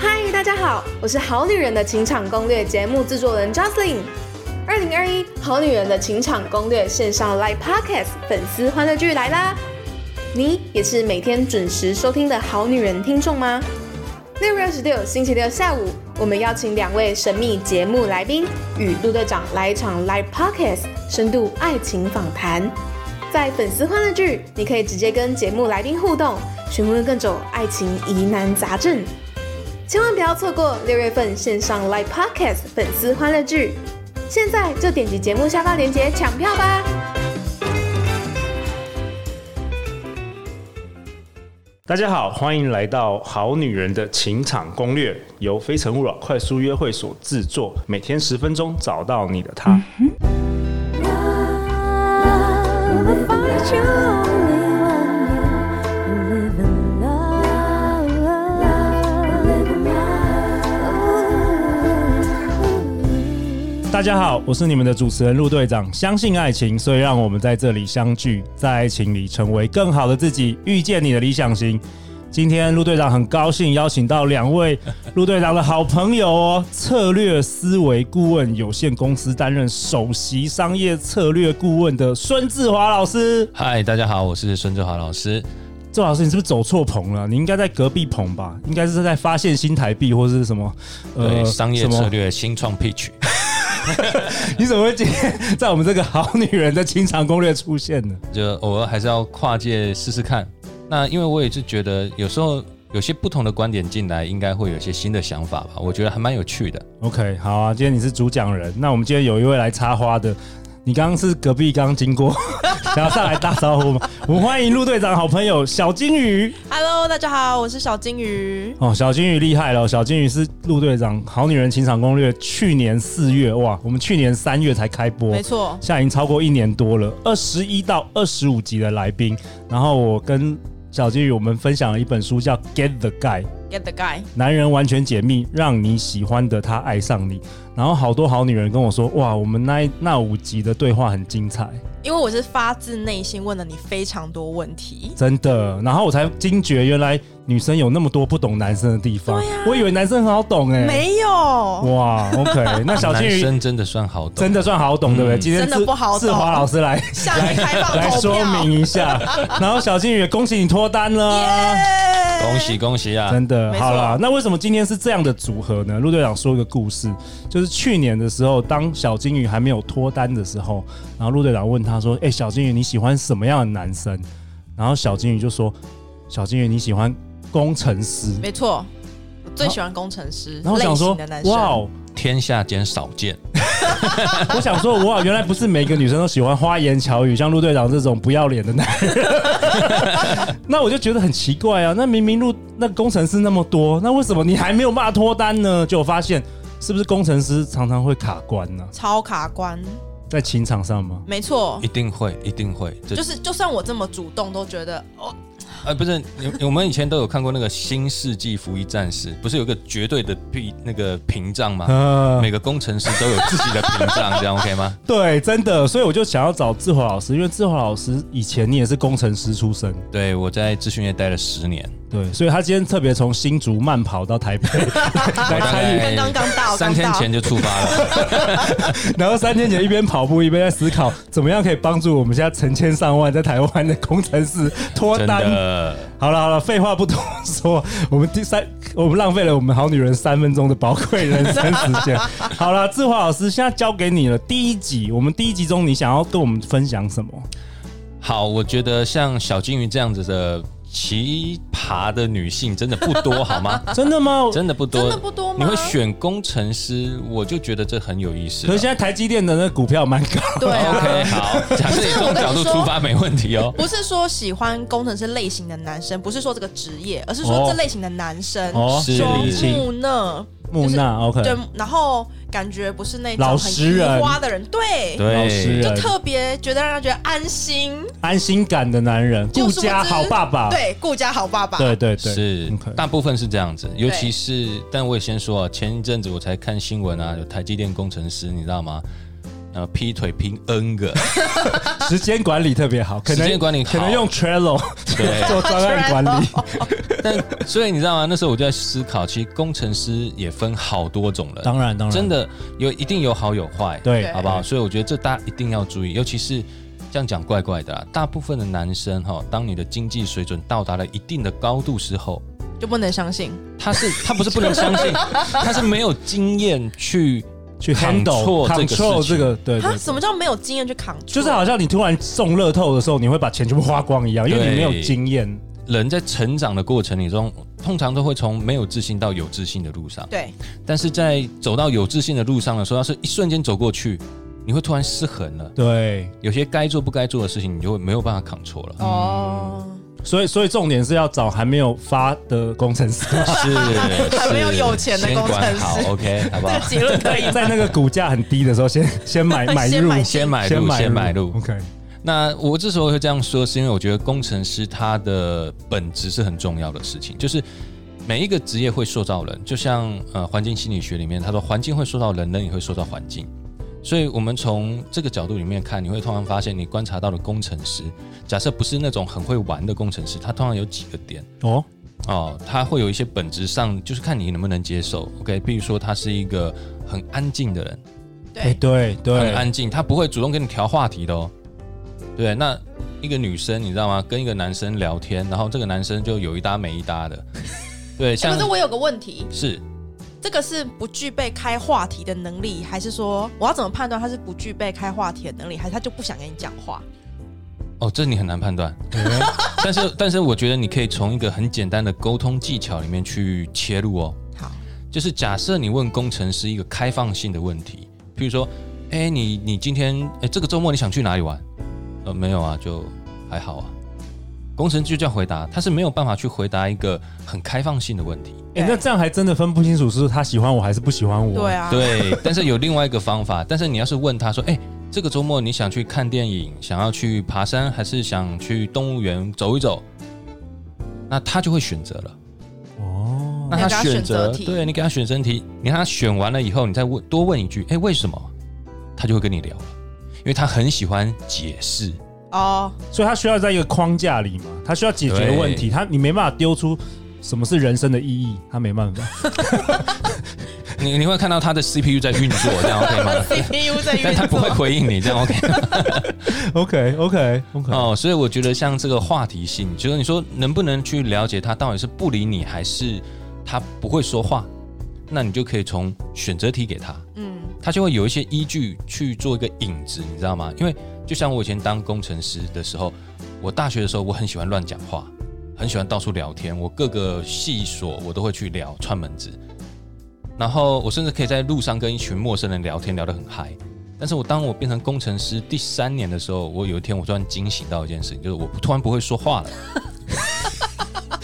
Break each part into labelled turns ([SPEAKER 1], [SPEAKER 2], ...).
[SPEAKER 1] 嘿，大家好，我是《好女人的情场攻略》节目制作人 Jocelyn。二零二一《好女人的情场攻略》线上 Live Podcast 粉丝欢乐剧来啦！你也是每天准时收听的好女人听众吗？六月二十六星期六下午，我们邀请两位神秘节目来宾与陆队长来一场 Live Podcast 深度爱情访谈。在粉丝欢乐剧，你可以直接跟节目来宾互动，询问各种爱情疑难杂症。千万不要错过六月份线上 Live Podcast 粉丝欢乐剧，现在就点击节目下方链接抢票吧！
[SPEAKER 2] 大家好，欢迎来到《好女人的情场攻略》，由《非诚勿扰》快速约会所制作，每天十分钟，找到你的他。
[SPEAKER 3] Love, find you only when you live in love, live in love.
[SPEAKER 2] 大家好，我是你们的主持人陆队长。相信爱情，所以让我们在这里相聚，在爱情里成为更好的自己，遇见你的理想型。今天陆队长很高兴邀请到两位陆队长的好朋友哦，策略思维顾问有限公司担任首席商业策略顾问的孙志华老师。
[SPEAKER 4] 嗨，大家好，我是孙志华老师。
[SPEAKER 2] 周老师，你是不是走错棚了？你应该在隔壁棚吧？应该是在发现新台币或是什么
[SPEAKER 4] 对，商业
[SPEAKER 2] 呃什么
[SPEAKER 4] 策略新创 pitch，
[SPEAKER 2] 你怎么会今天 在我们这个好女人的情场攻略出现呢？
[SPEAKER 4] 就偶尔还是要跨界试试看。那因为我也是觉得，有时候有些不同的观点进来，应该会有些新的想法吧。我觉得还蛮有趣的。
[SPEAKER 2] OK，好啊，今天你是主讲人，那我们今天有一位来插花的，你刚刚是隔壁刚经过， 然后上来打招呼吗？我们欢迎陆队长好朋友小金鱼
[SPEAKER 5] Hello，大家好，我是小金鱼。
[SPEAKER 2] 哦，小金鱼厉害了，小金鱼是陆队长好女人情场攻略去年四月哇，我们去年三月才开播，
[SPEAKER 5] 没错，
[SPEAKER 2] 现在已经超过一年多了，二十一到二十五集的来宾，然后我跟小金鱼我们分享了一本书叫《Get the Guy》。
[SPEAKER 5] ，Get the guy。
[SPEAKER 2] 男人完全解密，让你喜欢的他爱上你。然后好多好女人跟我说，哇，我们那一那五集的对话很精彩，
[SPEAKER 5] 因为我是发自内心问了你非常多问题，
[SPEAKER 2] 真的。然后我才惊觉，原来女生有那么多不懂男生的地方。我以为男生很好懂哎、
[SPEAKER 5] 啊没有，
[SPEAKER 2] 哇，OK，那小金
[SPEAKER 4] 男
[SPEAKER 2] 鱼
[SPEAKER 4] 生真的算好懂，
[SPEAKER 2] 真的算好懂，对不对？今天
[SPEAKER 5] 嗯真的
[SPEAKER 2] 志
[SPEAKER 5] 不好
[SPEAKER 2] 志
[SPEAKER 5] 懂
[SPEAKER 2] 华老师来
[SPEAKER 5] 下面开 放
[SPEAKER 2] 来
[SPEAKER 5] 投
[SPEAKER 2] 说
[SPEAKER 5] 票。
[SPEAKER 2] 明一下。然后小金鱼，恭喜你脱单了。
[SPEAKER 5] 耶
[SPEAKER 4] 恭喜恭喜啊！
[SPEAKER 2] 真的
[SPEAKER 5] 没错
[SPEAKER 2] 好啦，那为什么今天是这样的组合呢？陆队长说一个故事，就是去年的时候，当小金鱼还没有脱单的时候，然后陆队长问他说：“哎、小金鱼你喜欢什么样的男生？”然后小金鱼就说：“小金鱼你喜欢工程师。
[SPEAKER 5] 没错，我最喜欢工程师”
[SPEAKER 2] 然后我
[SPEAKER 5] 类
[SPEAKER 2] 想说
[SPEAKER 5] 型的男：“生。
[SPEAKER 2] 哇哦，
[SPEAKER 4] 天下间少见，
[SPEAKER 2] 我想说哇，原来不是每个女生都喜欢花言巧语，像陆队长这种不要脸的男人。 那我就觉得很奇怪啊，那明明陆那工程师那么多，那为什么你还没有办法脱单呢？就我发现。是不是工程师常常会卡关呢、
[SPEAKER 5] 超卡关，
[SPEAKER 2] 在情场上吗？
[SPEAKER 5] 没错
[SPEAKER 4] 一，定会一定会。这
[SPEAKER 5] 就是就算我这么主动，都觉得哦，
[SPEAKER 4] 呃，不是，你我们以前都有看过那个《新世纪福音战士》，不是有个绝对的屏那个屏障吗？
[SPEAKER 2] 呃，
[SPEAKER 4] 每个工程师都有自己的屏障，这样 OK 吗？
[SPEAKER 2] 对，真的，所以我就想要找志华老师，因为志华老师以前你也是工程师出身，
[SPEAKER 4] 对我在资讯业待了十年，
[SPEAKER 2] 对，所以他今天特别从新竹慢跑到台北 来参与，
[SPEAKER 4] 哎
[SPEAKER 5] 刚刚刚到，
[SPEAKER 4] 三天
[SPEAKER 5] 刚到
[SPEAKER 4] 前就出发 了。
[SPEAKER 2] 然后三天前一边跑步一边在思考，怎么样可以帮助我们现在成千上万在台湾的工程师脱
[SPEAKER 4] 真
[SPEAKER 2] 单。
[SPEAKER 4] 的，
[SPEAKER 2] 好了好了，废话不多说，我们第三，我们浪费了我们好女人三分钟的宝贵人生时 间。好了，志华老师，现在交给你了。第一集，我们第一集中，你想要跟我们分享什么？
[SPEAKER 4] 好，我觉得像小金鱼这样子的奇葩的女性真的不 多，好吗？
[SPEAKER 5] 啊
[SPEAKER 2] 真的吗？
[SPEAKER 4] 真的不多，
[SPEAKER 5] 真的不多吗？
[SPEAKER 4] 你会选工程师，我就觉得这很有意思
[SPEAKER 2] 可
[SPEAKER 4] 了。
[SPEAKER 2] 是现在台积电的那股票蛮高，
[SPEAKER 5] 对 啊。
[SPEAKER 4] OK，好，假设你
[SPEAKER 5] 不是
[SPEAKER 4] 从
[SPEAKER 5] 我跟你
[SPEAKER 4] 角度
[SPEAKER 5] 说
[SPEAKER 4] 出发没问题哦。
[SPEAKER 5] 不是说喜欢工程师类型的男生，不是说这个职业，而是
[SPEAKER 2] 哦
[SPEAKER 5] 说这类型的男生，
[SPEAKER 2] 哦
[SPEAKER 4] 是
[SPEAKER 5] 说
[SPEAKER 4] 理
[SPEAKER 2] 清
[SPEAKER 5] 木讷，
[SPEAKER 2] 木讷哦 OK，
[SPEAKER 5] 对，然后感觉不是那种
[SPEAKER 2] 老
[SPEAKER 5] 很
[SPEAKER 2] 实人
[SPEAKER 5] 移花的人， 对，啊
[SPEAKER 2] 老实
[SPEAKER 4] 对，
[SPEAKER 2] 人
[SPEAKER 5] 就特别觉得让人觉得安心，
[SPEAKER 2] 安心感的男人，
[SPEAKER 5] 就
[SPEAKER 2] 顾
[SPEAKER 5] 殊不知
[SPEAKER 2] 家好爸爸，
[SPEAKER 5] 对，顾家好爸爸，
[SPEAKER 2] 对对对，
[SPEAKER 4] 是
[SPEAKER 2] OK
[SPEAKER 4] 大部分是这样子，尤其是，但我也先说啊，前一阵子我才看新闻啊，有台积电工程师，你知道吗？呃，劈腿拼 N 个，
[SPEAKER 2] 时间管理特别好，可能
[SPEAKER 4] 时间管理好
[SPEAKER 2] 可能用 Trello
[SPEAKER 4] 对，
[SPEAKER 2] 做专 案管理，
[SPEAKER 5] 哦
[SPEAKER 4] 但所以你知道吗？那时候我就在思考，其实工程师也分好多种 人，
[SPEAKER 2] 当然当然，
[SPEAKER 4] 真的有一定有好有坏，
[SPEAKER 2] 对，
[SPEAKER 4] 好不好？所以我觉得这大家一定要注意，尤其是这样讲怪怪的啦。大部分的男生哈、当你的经济水准到达了一定的高度时候，
[SPEAKER 5] 就不能相信。
[SPEAKER 4] 他是 他不是不能相信， 他是没有经验去
[SPEAKER 2] 去 handle
[SPEAKER 4] handle 这个事
[SPEAKER 2] control
[SPEAKER 4] 情
[SPEAKER 2] 这个，对，对
[SPEAKER 5] 啊他什么叫没有经验去扛？
[SPEAKER 2] 就是好像你突然中乐透的时候，你会把钱全部花光一样，因为你没有经验。
[SPEAKER 4] 人在成长的过程里中，通常都会从没有自信到有自信的路上。
[SPEAKER 5] 对，
[SPEAKER 4] 但是在走到有自信的路上的时候，要是一瞬间走过去，你会突然失衡了。
[SPEAKER 2] 对，
[SPEAKER 4] 有些该做不该做的事情，你就会没有办法 control 了。
[SPEAKER 5] 哦，
[SPEAKER 2] 所以所以重点是要找还没有发的工程师，。
[SPEAKER 4] 是，
[SPEAKER 5] 还没有
[SPEAKER 4] 是
[SPEAKER 5] 有钱的
[SPEAKER 4] 先
[SPEAKER 5] 工
[SPEAKER 4] 管
[SPEAKER 5] 程
[SPEAKER 4] 好
[SPEAKER 5] 师
[SPEAKER 4] ，OK，好不
[SPEAKER 5] 这
[SPEAKER 4] 好
[SPEAKER 5] 个？结论可 以
[SPEAKER 2] 在那个股价很低的时候，先先 买买入，
[SPEAKER 5] 买
[SPEAKER 4] 先买入，先买入。
[SPEAKER 2] OK，
[SPEAKER 4] 那我之所以会这样说，是因为我觉得工程师他的本质是很重要的事情，就是每一个职业会塑造人，就像呃环境心理学里面他说，环境会塑造人，人也会塑造环境。所以，我们从这个角度里面看，你会通常发现，你观察到的工程师，假设不是那种很会玩的工程师，他通常有几个点
[SPEAKER 2] 哦，
[SPEAKER 4] 哦，他会有一些本质上，就是看你能不能接受。OK，比如说他是一个很安静的人，
[SPEAKER 2] 哎，
[SPEAKER 5] 对，
[SPEAKER 2] 对
[SPEAKER 4] 很
[SPEAKER 2] 对，
[SPEAKER 4] 安静，他不会主动跟你调话题的哦。对，那一个女生你知道吗？跟一个男生聊天，然后这个男生就有一搭没一搭 的，对，
[SPEAKER 5] 哎
[SPEAKER 4] 像
[SPEAKER 5] 可是我有个问题，
[SPEAKER 4] 是
[SPEAKER 5] 这个是不具备开话题的能力，还是说我要怎么判断他是不具备开话题的能力，还是他就不想跟你讲话？
[SPEAKER 4] 哦，这你很难判断。但是， 但是我觉得你可以从一个很简单的沟通技巧里面去切入哦。
[SPEAKER 5] 好，
[SPEAKER 4] 就是假设你问工程师一个开放性的问题，譬如说，哎，你你今天哎这个周末你想去哪里玩？呃，没有啊，就还好啊。工程师就这样回答，他是没有办法去回答一个很开放性的问题。
[SPEAKER 2] 哎，那这样还真的分不清楚是他喜欢我还是不喜欢我。
[SPEAKER 5] 对，啊，
[SPEAKER 4] 对，但是有另外一个方法，但是你要是问他说，哎、这个周末你想去看电影，想要去爬山，还是想去动物园走一走？那他就会选择了。
[SPEAKER 2] 哦，
[SPEAKER 4] 那他选择
[SPEAKER 5] 你给他选择，题
[SPEAKER 4] 对你给他选择题，你让他选完了以后，你再问多问一句，哎、为什么？他就会跟你聊了，因为他很喜欢解释。
[SPEAKER 5] 哦，
[SPEAKER 2] 所以他需要在一个框架里嘛，他需要解决问题，他你没办法丢出什么是人生的意义，他没办法。
[SPEAKER 4] 你你会看到他的 CPU 在运作，这样 OK 吗？
[SPEAKER 5] ，CPU 在
[SPEAKER 4] 但
[SPEAKER 5] 运
[SPEAKER 4] 他不会
[SPEAKER 5] 作，
[SPEAKER 4] 回应你，这样 OK 吗
[SPEAKER 2] OK OK OK，
[SPEAKER 4] 哦，所以我觉得像这个话题性，就是你说能不能去了解他到底是不理你，还是他不会说话，那你就可以从选择题给他，
[SPEAKER 5] 嗯，
[SPEAKER 4] 他就会有一些依据去做一个引子，你知道吗？因为就像我以前当工程师的时候，我大学的时候我很喜欢乱讲话，很喜欢到处聊天，我各个系所我都会去聊串门子，然后我甚至可以在路上跟一群陌生人聊天，聊得很嗨。但是我当我变成工程师第三年的时候，我有一天我突然惊醒到一件事情，就是我突然不会说话了。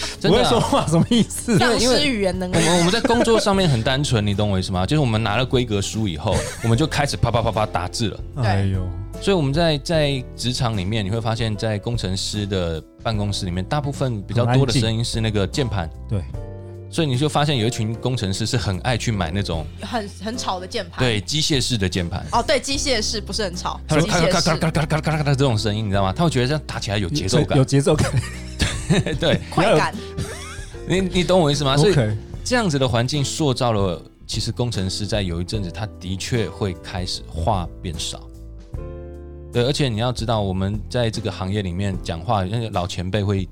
[SPEAKER 4] 真
[SPEAKER 2] 不
[SPEAKER 4] 的
[SPEAKER 2] 会
[SPEAKER 4] 啊、
[SPEAKER 2] 说话什么意思？啊
[SPEAKER 5] 丧
[SPEAKER 4] 因为
[SPEAKER 5] 失语言能力
[SPEAKER 4] 我。们我们在工作上面很单纯，你懂我意思吗？就是我们拿了规格书以后，我们就开始啪啪啪啪打字了。
[SPEAKER 5] 对
[SPEAKER 2] 哎呦，
[SPEAKER 4] 所以我们在在职场里面，你会发现在工程师的办公室里面，大部分比较多的声音是那个键盘。
[SPEAKER 2] 对，
[SPEAKER 4] 所以你就发现有一群工程师是很爱去买那种
[SPEAKER 5] 很很吵的键盘。，
[SPEAKER 4] 对机械式的键盘，
[SPEAKER 5] 哦，对，机械式不是很吵，
[SPEAKER 4] 他
[SPEAKER 5] 机
[SPEAKER 4] 说咔
[SPEAKER 5] 械
[SPEAKER 4] 咔咔
[SPEAKER 5] 式
[SPEAKER 4] 咔咔咔咔咔这种声音，你知道吗？他会觉得这样打起来有节奏
[SPEAKER 2] 有
[SPEAKER 4] 感。
[SPEAKER 2] 节奏感。
[SPEAKER 4] 对
[SPEAKER 5] 快感。
[SPEAKER 4] 你你懂我意思吗？啊所以
[SPEAKER 2] OK，
[SPEAKER 4] 这样子的环境塑造了，其实工程师在有一阵子，他的确会开始话变少。对，而且你要知道，我们在这个行业里面讲话，那些老前辈会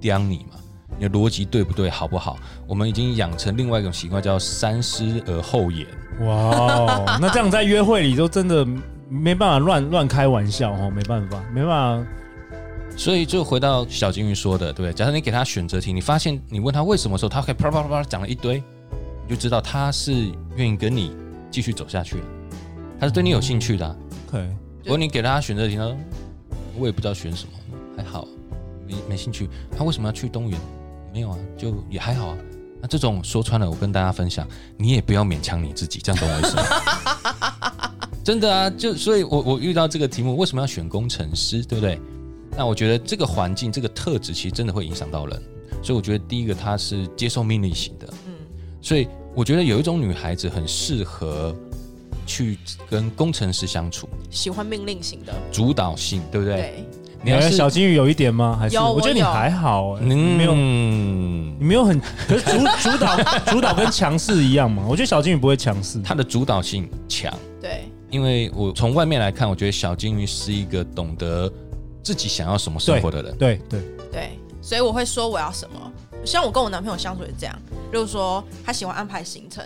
[SPEAKER 4] 刁你嘛，你的逻辑对不对，好不好？我们已经养成另外一种习惯，叫三思而后言。
[SPEAKER 2] 哇哦，那这样在约会里就真的没办法乱乱开玩笑哦，没办法，没办法。
[SPEAKER 4] 所以就回到小金鱼说的，对不对？假设你给他选择题，你发现你问他为什么的时候，他可以啪啪啪啪讲了一堆，你就知道他是愿意跟你继续走下去，他是对你有兴趣的啊、
[SPEAKER 2] OK，
[SPEAKER 4] 如果你给他选择题呢，我也不知道选什么，还好，没没兴趣。他为什么要去动物园？没有啊，就也还好啊。那这种说穿了，我跟大家分享，你也不要勉强你自己，这样懂我意思吗？真的啊，就所以我，我遇到这个题目，为什么要选工程师，对不对？那我觉得这个环境、这个特质，其实真的会影响到人。所以我觉得第一个，他是接受命令型的，嗯，所以我觉得有一种女孩子很适合去跟工程师相处，
[SPEAKER 5] 喜欢命令型的，
[SPEAKER 4] 主导性，对不对？
[SPEAKER 5] 对，
[SPEAKER 4] 你还
[SPEAKER 2] 哎
[SPEAKER 4] 是
[SPEAKER 2] 小金鱼有一点吗？还是
[SPEAKER 5] 有
[SPEAKER 2] 我觉得
[SPEAKER 5] 我
[SPEAKER 2] 你
[SPEAKER 5] 有
[SPEAKER 2] 还好，哎，你
[SPEAKER 4] 嗯，
[SPEAKER 2] 没有你没有很，可是主 主导主导跟强势一样嘛？我觉得小金鱼不会强势，
[SPEAKER 4] 它的主导性强，
[SPEAKER 5] 对，
[SPEAKER 4] 因为我从外面来看，我觉得小金鱼是一个懂得自己想要什么生活的人。
[SPEAKER 2] 对对，
[SPEAKER 5] 对，所以我会说我要什么。像我跟我男朋友相处也是这样，例如说他喜欢安排行程，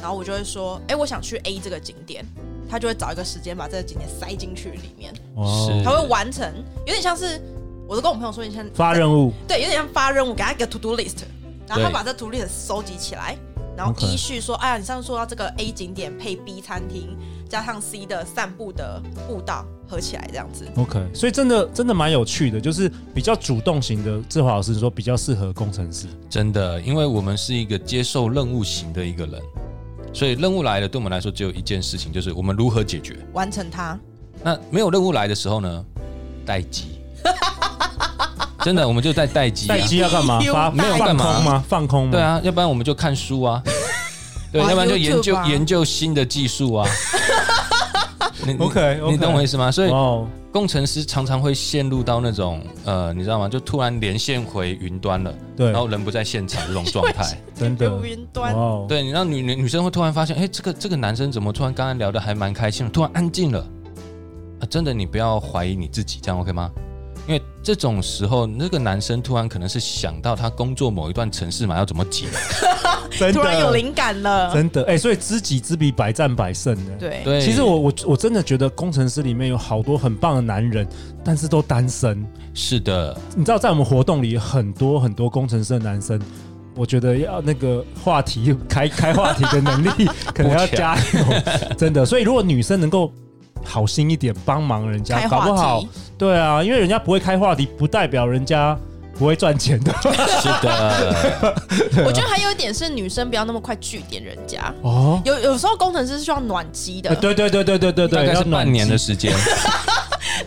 [SPEAKER 5] 然后我就会说，哎、我想去 A 这个景点，他就会找一个时间把这个景点塞进去里面，
[SPEAKER 2] 哦
[SPEAKER 5] 他会完成，有点像是我都跟我朋友说，你像
[SPEAKER 2] 发任务，
[SPEAKER 5] 对，有点像发任务，给他一个 to do list，然后他
[SPEAKER 4] 对
[SPEAKER 5] 把这 to do list 收集起来，然后
[SPEAKER 2] OK
[SPEAKER 5] 依序说，哎呀，你上次说到这个 A 景点配 B 餐厅，加上 C 的散步的步道合起来这样子。
[SPEAKER 2] OK，所以真的真的蛮有趣的，就是比较主动型的，志华老师说比较适合工程师。
[SPEAKER 4] 真的，因为我们是一个接受任务型的一个人，所以任务来了，对我们来说只有一件事情，就是我们如何解决。
[SPEAKER 5] 完成它，
[SPEAKER 4] 那没有任务来的时候呢，待机。真的，我们就在待机、啊
[SPEAKER 2] 待。机要干嘛？
[SPEAKER 5] PPU
[SPEAKER 2] 发
[SPEAKER 4] 没有
[SPEAKER 2] 放
[SPEAKER 4] 干嘛
[SPEAKER 2] 空吗？放空吗？
[SPEAKER 4] 对，啊，要不然我们就看书啊，对，
[SPEAKER 5] 玩
[SPEAKER 4] 要不然就研
[SPEAKER 5] YouTube
[SPEAKER 4] 究
[SPEAKER 5] 啊
[SPEAKER 4] 研究新的技术啊。你你
[SPEAKER 2] OK，OK
[SPEAKER 4] 你懂我意思吗？所以
[SPEAKER 5] 啊
[SPEAKER 2] 哦，
[SPEAKER 4] 工程师常常会陷入到那种呃，你知道吗？就突然连线回云端了，
[SPEAKER 2] 对
[SPEAKER 4] 然，后人不在现场这种状态。
[SPEAKER 2] 真的
[SPEAKER 5] 有云端
[SPEAKER 2] 哦，
[SPEAKER 4] 对，你让女女女生会突然发现，哎、这个这个男生怎么突然刚刚聊的还蛮开心的，突然安静了。啊，真的，你不要怀疑你自己，这样 OK 吗？因为这种时候，那个男生突然可能是想到他工作某一段城市嘛，要怎么解？
[SPEAKER 2] 真的
[SPEAKER 5] 突然有灵感了。
[SPEAKER 2] 真的哎、所以知己知彼，百战百胜呢。。
[SPEAKER 5] 对，
[SPEAKER 4] 对，
[SPEAKER 2] 其实我我我真的觉得工程师里面有好多很棒的男人，但是都单身。
[SPEAKER 4] 是的，
[SPEAKER 2] 你知道，在我们活动里很多很多工程师的男生，我觉得要那个话题开开话题的能力可能要加油，真的。所以如果女生能够好心一点帮忙人家，
[SPEAKER 5] 开
[SPEAKER 2] 搞
[SPEAKER 5] 话
[SPEAKER 2] 不好
[SPEAKER 5] 题
[SPEAKER 2] 对啊，因为人家不会开话题，不代表人家不会赚钱的。
[SPEAKER 4] 是的，
[SPEAKER 2] 啊
[SPEAKER 5] 我觉得还有一点是女生不要那么快据点人家。
[SPEAKER 2] 哦，
[SPEAKER 5] 有有时候工程师是需要暖机的
[SPEAKER 2] 啊，对对对对对对
[SPEAKER 4] 大
[SPEAKER 2] 对，
[SPEAKER 4] 概
[SPEAKER 2] 要
[SPEAKER 4] 是
[SPEAKER 2] 暖
[SPEAKER 4] 半年的
[SPEAKER 2] 机
[SPEAKER 4] 时间，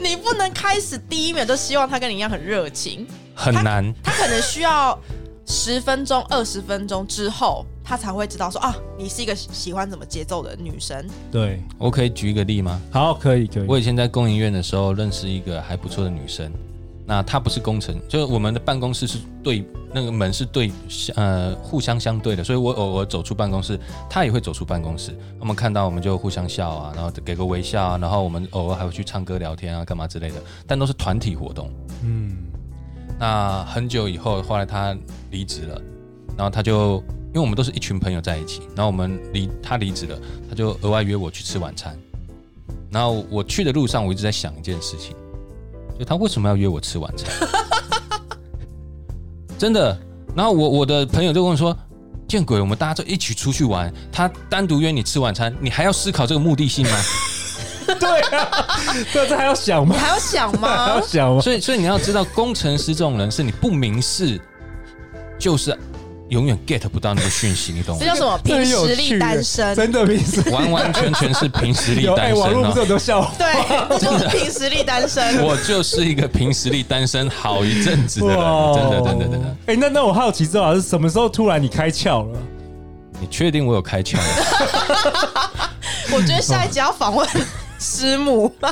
[SPEAKER 5] 你不能开始第一秒就希望他跟你一样很热情，
[SPEAKER 4] 很难。
[SPEAKER 5] 他可能需要十分钟、二十分钟之后，他才会知道说啊，你是一个喜欢怎么节奏的女生。
[SPEAKER 2] 对，
[SPEAKER 4] 我可以举一个例吗？
[SPEAKER 2] 好，可以可以。
[SPEAKER 4] 我以前在工研院的时候认识一个还不错的女生，那她不是工程，就是我们的办公室是对那个门是对呃互相相对的，所以我偶尔走出办公室，她也会走出办公室。我们看到我们就互相笑啊，然后给个微笑啊，然后我们偶尔还会去唱歌聊天啊，干嘛之类的，但都是团体活动。
[SPEAKER 2] 嗯，
[SPEAKER 4] 那很久以后，后来她离职了，然后她就因为我们都是一群朋友在一起，然后我们离她离职了，她就额外约我去吃晚餐。然后我去的路上，我一直在想一件事情，就她为什么要约我吃晚餐？ 真的。然后我我的朋友就跟我说：“见鬼，我们大家就一起出去玩，她单独约你吃晚餐，你还要思考这个目的性吗？”
[SPEAKER 2] 对啊，这这还要想吗
[SPEAKER 5] 你？还要想
[SPEAKER 2] 还 要
[SPEAKER 5] 吗？
[SPEAKER 2] 想吗？
[SPEAKER 4] 所以，所以你要知道，工程师这种人是你不明示，就是永远 get 不到那个讯息，你懂
[SPEAKER 5] 这
[SPEAKER 4] 吗？
[SPEAKER 5] 叫什么？
[SPEAKER 2] 这
[SPEAKER 5] 凭
[SPEAKER 2] 很有
[SPEAKER 5] 实
[SPEAKER 2] 趣
[SPEAKER 5] 力
[SPEAKER 2] 耶
[SPEAKER 5] 单身。
[SPEAKER 2] 真的平时
[SPEAKER 4] 完完全全是凭实力
[SPEAKER 2] 有哎、
[SPEAKER 4] 单
[SPEAKER 2] 网
[SPEAKER 4] 身
[SPEAKER 2] 络不是
[SPEAKER 4] 哦。
[SPEAKER 2] 很多笑话。
[SPEAKER 5] 对，就是凭实力单身。
[SPEAKER 4] 我就是一个凭实力单身好一阵子的人，
[SPEAKER 2] 哇
[SPEAKER 4] 真的，真的，真的。
[SPEAKER 2] 哎、那那我好奇，周老师什么时候突然你开窍了？
[SPEAKER 4] 你确定我有开窍吗？
[SPEAKER 5] 我觉得下一集要访问师母。
[SPEAKER 2] 嗯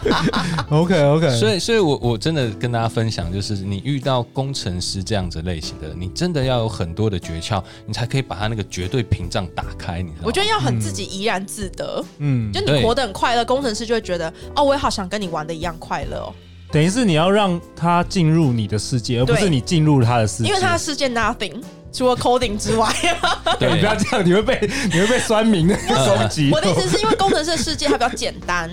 [SPEAKER 2] OK OK，
[SPEAKER 4] 所以，所以我我真的跟大家分享，就是你遇到工程师这样子类型的人，你真的要有很多的诀窍，你才可以把他那个绝对屏障打开，你知道吗？
[SPEAKER 5] 我觉得要很自己怡然自得，
[SPEAKER 2] 嗯，
[SPEAKER 5] 就
[SPEAKER 4] 对
[SPEAKER 5] 你活得很快乐，工程师就会觉得哦，我也好想跟你玩的一样快乐哦，
[SPEAKER 2] 等于是你要让他进入你的世界，而不是
[SPEAKER 5] 对
[SPEAKER 2] 你进入他的世界。
[SPEAKER 5] 因为他的世界 nothing 除了 coding 之外，
[SPEAKER 2] 对，你不要这样，你会被 你会被酸 民的攻击。
[SPEAKER 5] 我的意思是因为工程师的世界它比较简单，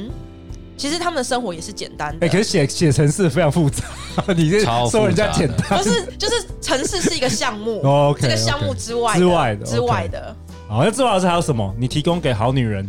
[SPEAKER 5] 其实他们的生活也是简单的。
[SPEAKER 2] 哎、可是写写程式非常复杂，你这
[SPEAKER 4] 超复杂
[SPEAKER 2] 说人家简单。
[SPEAKER 5] 不是，就是城市是一个项目
[SPEAKER 2] OK，
[SPEAKER 5] 这个项目之外
[SPEAKER 2] OK 之外的
[SPEAKER 5] 之外的
[SPEAKER 2] 好，那志华老师还有什么？你提供给好女人，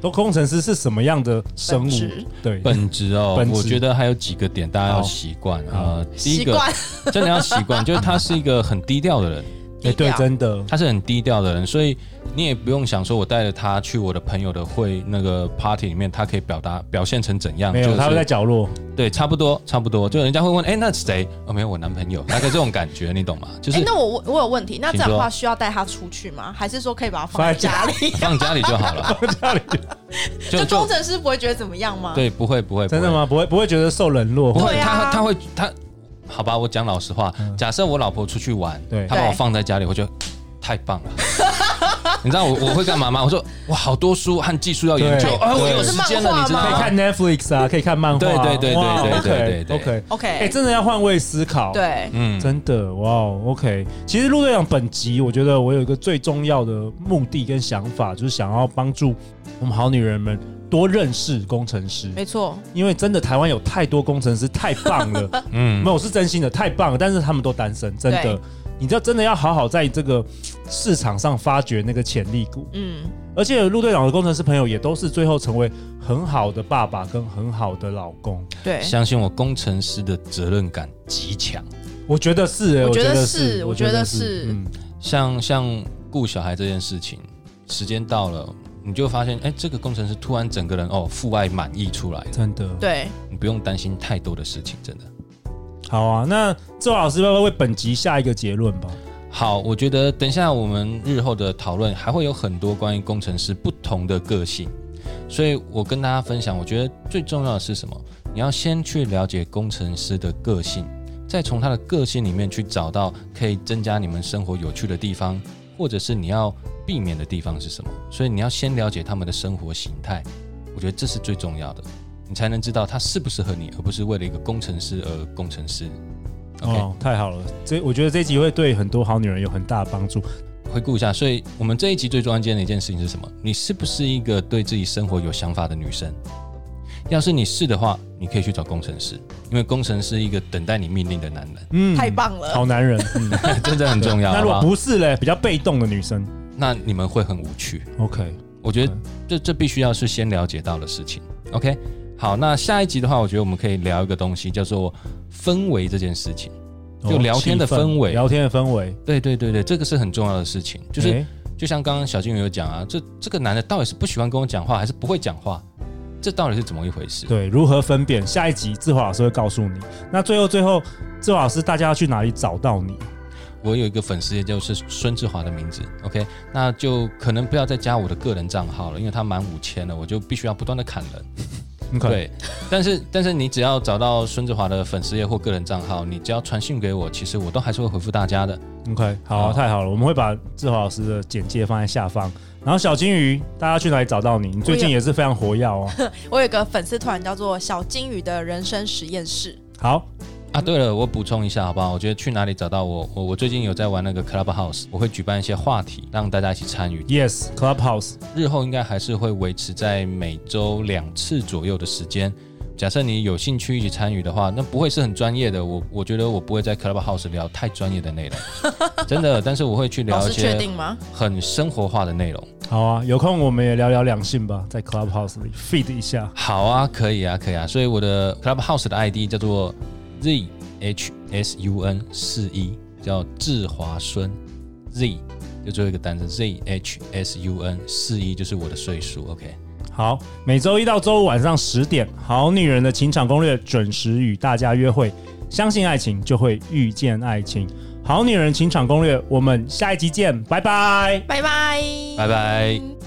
[SPEAKER 2] 都工程师是什么样的生
[SPEAKER 5] 本
[SPEAKER 2] 物
[SPEAKER 5] 质？
[SPEAKER 2] 对，
[SPEAKER 4] 本质哦，
[SPEAKER 2] 本质
[SPEAKER 4] 我觉得还有几个点大家要习惯
[SPEAKER 2] 好
[SPEAKER 4] 啊。第一
[SPEAKER 5] 习
[SPEAKER 4] 个
[SPEAKER 5] 惯，
[SPEAKER 4] 真的要习惯，就是他是一个很低调的人，
[SPEAKER 2] 哎，
[SPEAKER 5] 低
[SPEAKER 2] 对，
[SPEAKER 5] 调。
[SPEAKER 2] 真的，
[SPEAKER 4] 他是很低调的人，所以你也不用想说我带着他去我的朋友的会那个 party 里面，他可以表达表现成怎样？
[SPEAKER 2] 没
[SPEAKER 4] 就
[SPEAKER 2] 有，
[SPEAKER 4] 是
[SPEAKER 2] 他会在角 落，
[SPEAKER 4] 对，差不多，差不多，就人家会问，哎、那谁？哦，没有，我男朋友，大概这种感觉，你懂吗？就
[SPEAKER 5] 哎、
[SPEAKER 4] 是
[SPEAKER 5] 那我我我有问题，那这样
[SPEAKER 4] 请
[SPEAKER 5] 的
[SPEAKER 4] 说
[SPEAKER 5] 话需要带他出去吗？还是说可以把他放在家里？
[SPEAKER 4] 放家里就好 了，
[SPEAKER 2] 家里
[SPEAKER 5] 就
[SPEAKER 4] 就
[SPEAKER 5] 工程师不会觉得怎么样吗？，
[SPEAKER 4] 对，不会不会，
[SPEAKER 2] 真的吗？不会，不会觉得受冷落，
[SPEAKER 4] 不
[SPEAKER 2] 或
[SPEAKER 4] 会？
[SPEAKER 2] 者
[SPEAKER 4] 不会，
[SPEAKER 5] 对啊
[SPEAKER 4] 他他会他，好吧，我讲老实话，假设我老婆出去玩，
[SPEAKER 2] 嗯对
[SPEAKER 4] 她把我
[SPEAKER 5] 对
[SPEAKER 4] 放在家里，我就太棒了。你知道我我会干嘛吗？我说我好多书和技术要研究，
[SPEAKER 2] 对
[SPEAKER 4] 哎，我
[SPEAKER 5] 对
[SPEAKER 4] 有时间了，你
[SPEAKER 2] 可以
[SPEAKER 4] 知道
[SPEAKER 5] 不是漫
[SPEAKER 4] 吗
[SPEAKER 5] 画吗？
[SPEAKER 2] 看 Netflix 啊，可以看漫画啊，
[SPEAKER 4] 对对对对
[SPEAKER 2] 哇
[SPEAKER 4] 对对
[SPEAKER 2] OK，
[SPEAKER 4] 对对
[SPEAKER 2] OK
[SPEAKER 5] OK
[SPEAKER 2] 哎，真的要换位思考，。
[SPEAKER 5] 对，
[SPEAKER 4] 嗯，
[SPEAKER 2] 真的哇哦，OK。其实陆队长本集，我觉得我有一个最重要的目的跟想法，就是想要帮助我们好女人们多认识工程师，
[SPEAKER 5] 没错，
[SPEAKER 2] 因为真的台湾有太多工程师，太棒 了。
[SPEAKER 4] 嗯
[SPEAKER 2] 没有，我是真心的，太棒了。但是他们都单身，真的
[SPEAKER 5] 对。
[SPEAKER 2] 你知道，真的要好好在这个市场上发掘那个潜力股。
[SPEAKER 5] 嗯，
[SPEAKER 2] 而且陆队长的工程师朋友也都是最后成为很好的爸爸跟很好的老公，
[SPEAKER 5] 对，
[SPEAKER 4] 相信我，工程师的责任感极强。
[SPEAKER 2] 我觉得是、欸，
[SPEAKER 5] 我觉得
[SPEAKER 2] 是，
[SPEAKER 5] 是我觉得是
[SPEAKER 2] 嗯，
[SPEAKER 4] 像像顾小孩这件事情，时间到了，你就发现，哎、这个工程师突然整个人哦，父爱满溢出来了，
[SPEAKER 2] 真的。
[SPEAKER 5] 对，
[SPEAKER 4] 你不用担心太多的事情，真的。
[SPEAKER 2] 好啊，那周老师要不要为本集下一个结论吧？
[SPEAKER 4] 好，我觉得等一下我们日后的讨论还会有很多关于工程师不同的个性，所以我跟大家分享，我觉得最重要的是什么？你要先去了解工程师的个性，再从他的个性里面去找到可以增加你们生活有趣的地方，或者是你要避免的地方是什么。所以你要先了解他们的生活形态，我觉得这是最重要的，你才能知道他适不适合你，而不是为了一个工程师而工程师。OK，、
[SPEAKER 2] 哦，太好了，这我觉得这一集会对很多好女人有很大的帮助。
[SPEAKER 4] 回顾一下，所以我们这一集最关键的一件事情是什么？你是不是一个对自己生活有想法的女生？要是你是的话，你可以去找工程师，因为工程师是一个等待你命令的男人，
[SPEAKER 2] 嗯
[SPEAKER 5] 太棒了
[SPEAKER 2] 好男人。嗯，
[SPEAKER 4] 真的很重要。
[SPEAKER 2] 那
[SPEAKER 4] 好
[SPEAKER 2] 如
[SPEAKER 4] 不
[SPEAKER 2] 果
[SPEAKER 4] 好
[SPEAKER 2] 不是嘞，比较被动的女生
[SPEAKER 4] 那你们会很无趣。
[SPEAKER 2] ，OK，
[SPEAKER 4] 我觉得
[SPEAKER 2] 嗯
[SPEAKER 4] 这这必须要是先了解到的事情。OK，好，那下一集的话，我觉得我们可以聊一个东西，叫做氛围这件事情。就
[SPEAKER 2] 哦
[SPEAKER 4] 聊天的
[SPEAKER 2] 气氛
[SPEAKER 4] 氛围
[SPEAKER 2] 聊天的氛围，
[SPEAKER 4] 对对对对，这个是很重要的事情，就是
[SPEAKER 2] 诶
[SPEAKER 4] 就像刚刚小金鱼有讲啊，这这个男的到底是不喜欢跟我讲话，还是不会讲话？这到底是怎么一回事？
[SPEAKER 2] 对如何分辨。下一集志华老师会告诉你。那最后最后，志华老师，大家要去哪里找到你？
[SPEAKER 4] 我有一个粉丝，也就是孙志华的名字，OK，那就可能不要再加我的个人账号了，因为他满五千了，我就必须要不断的砍人。
[SPEAKER 2] 你可以
[SPEAKER 4] 对，但是但是你只要找到孙志华的粉丝页或个人账号，你只要传讯给我，其实我都还是会回复大家的。
[SPEAKER 2] ，OK，好，
[SPEAKER 4] 好
[SPEAKER 2] 太好了，我们会把志华老师的简介放在下方。然后小金鱼，大家去哪里找到你？你最近也是非常活跃哦。
[SPEAKER 5] 我有一个粉丝团叫做“小金鱼的人生实验室
[SPEAKER 2] 好，
[SPEAKER 4] 啊，对了，我补充一下好不好？我觉得去哪里找到我，我我最近有在玩那个 Clubhouse，我会举办一些话题让大家一起参与。
[SPEAKER 2] Yes Clubhouse，
[SPEAKER 4] 日后应该还是会维持在每周两次左右的时间。假设你有兴趣一起参与的话，那不会是很专业的。我我觉得我不会在 Clubhouse 聊太专业的内容，真的。但是我会去”，
[SPEAKER 5] 老
[SPEAKER 4] 聊一
[SPEAKER 5] 师确
[SPEAKER 4] 些
[SPEAKER 5] 定吗？
[SPEAKER 4] 很生活化的内容。
[SPEAKER 2] 好啊，有空我们也聊聊两性吧，在 Clubhouse 里 feed 一下。
[SPEAKER 4] 好啊，可以啊，可以啊。所以我的 Clubhouse 的 ID 叫做 Z H S U N 四一，叫志华孙 Z，就最后一个单词 Z H S U N 四一，就是我的岁数。OK。
[SPEAKER 2] 好，每周一到周五晚上十点，《好女人的情场攻略》准时与大家约会。相信爱情，就会遇见爱情。《好女人情场攻略》，我们下一集见，拜拜。
[SPEAKER 5] 拜拜，
[SPEAKER 4] 拜拜。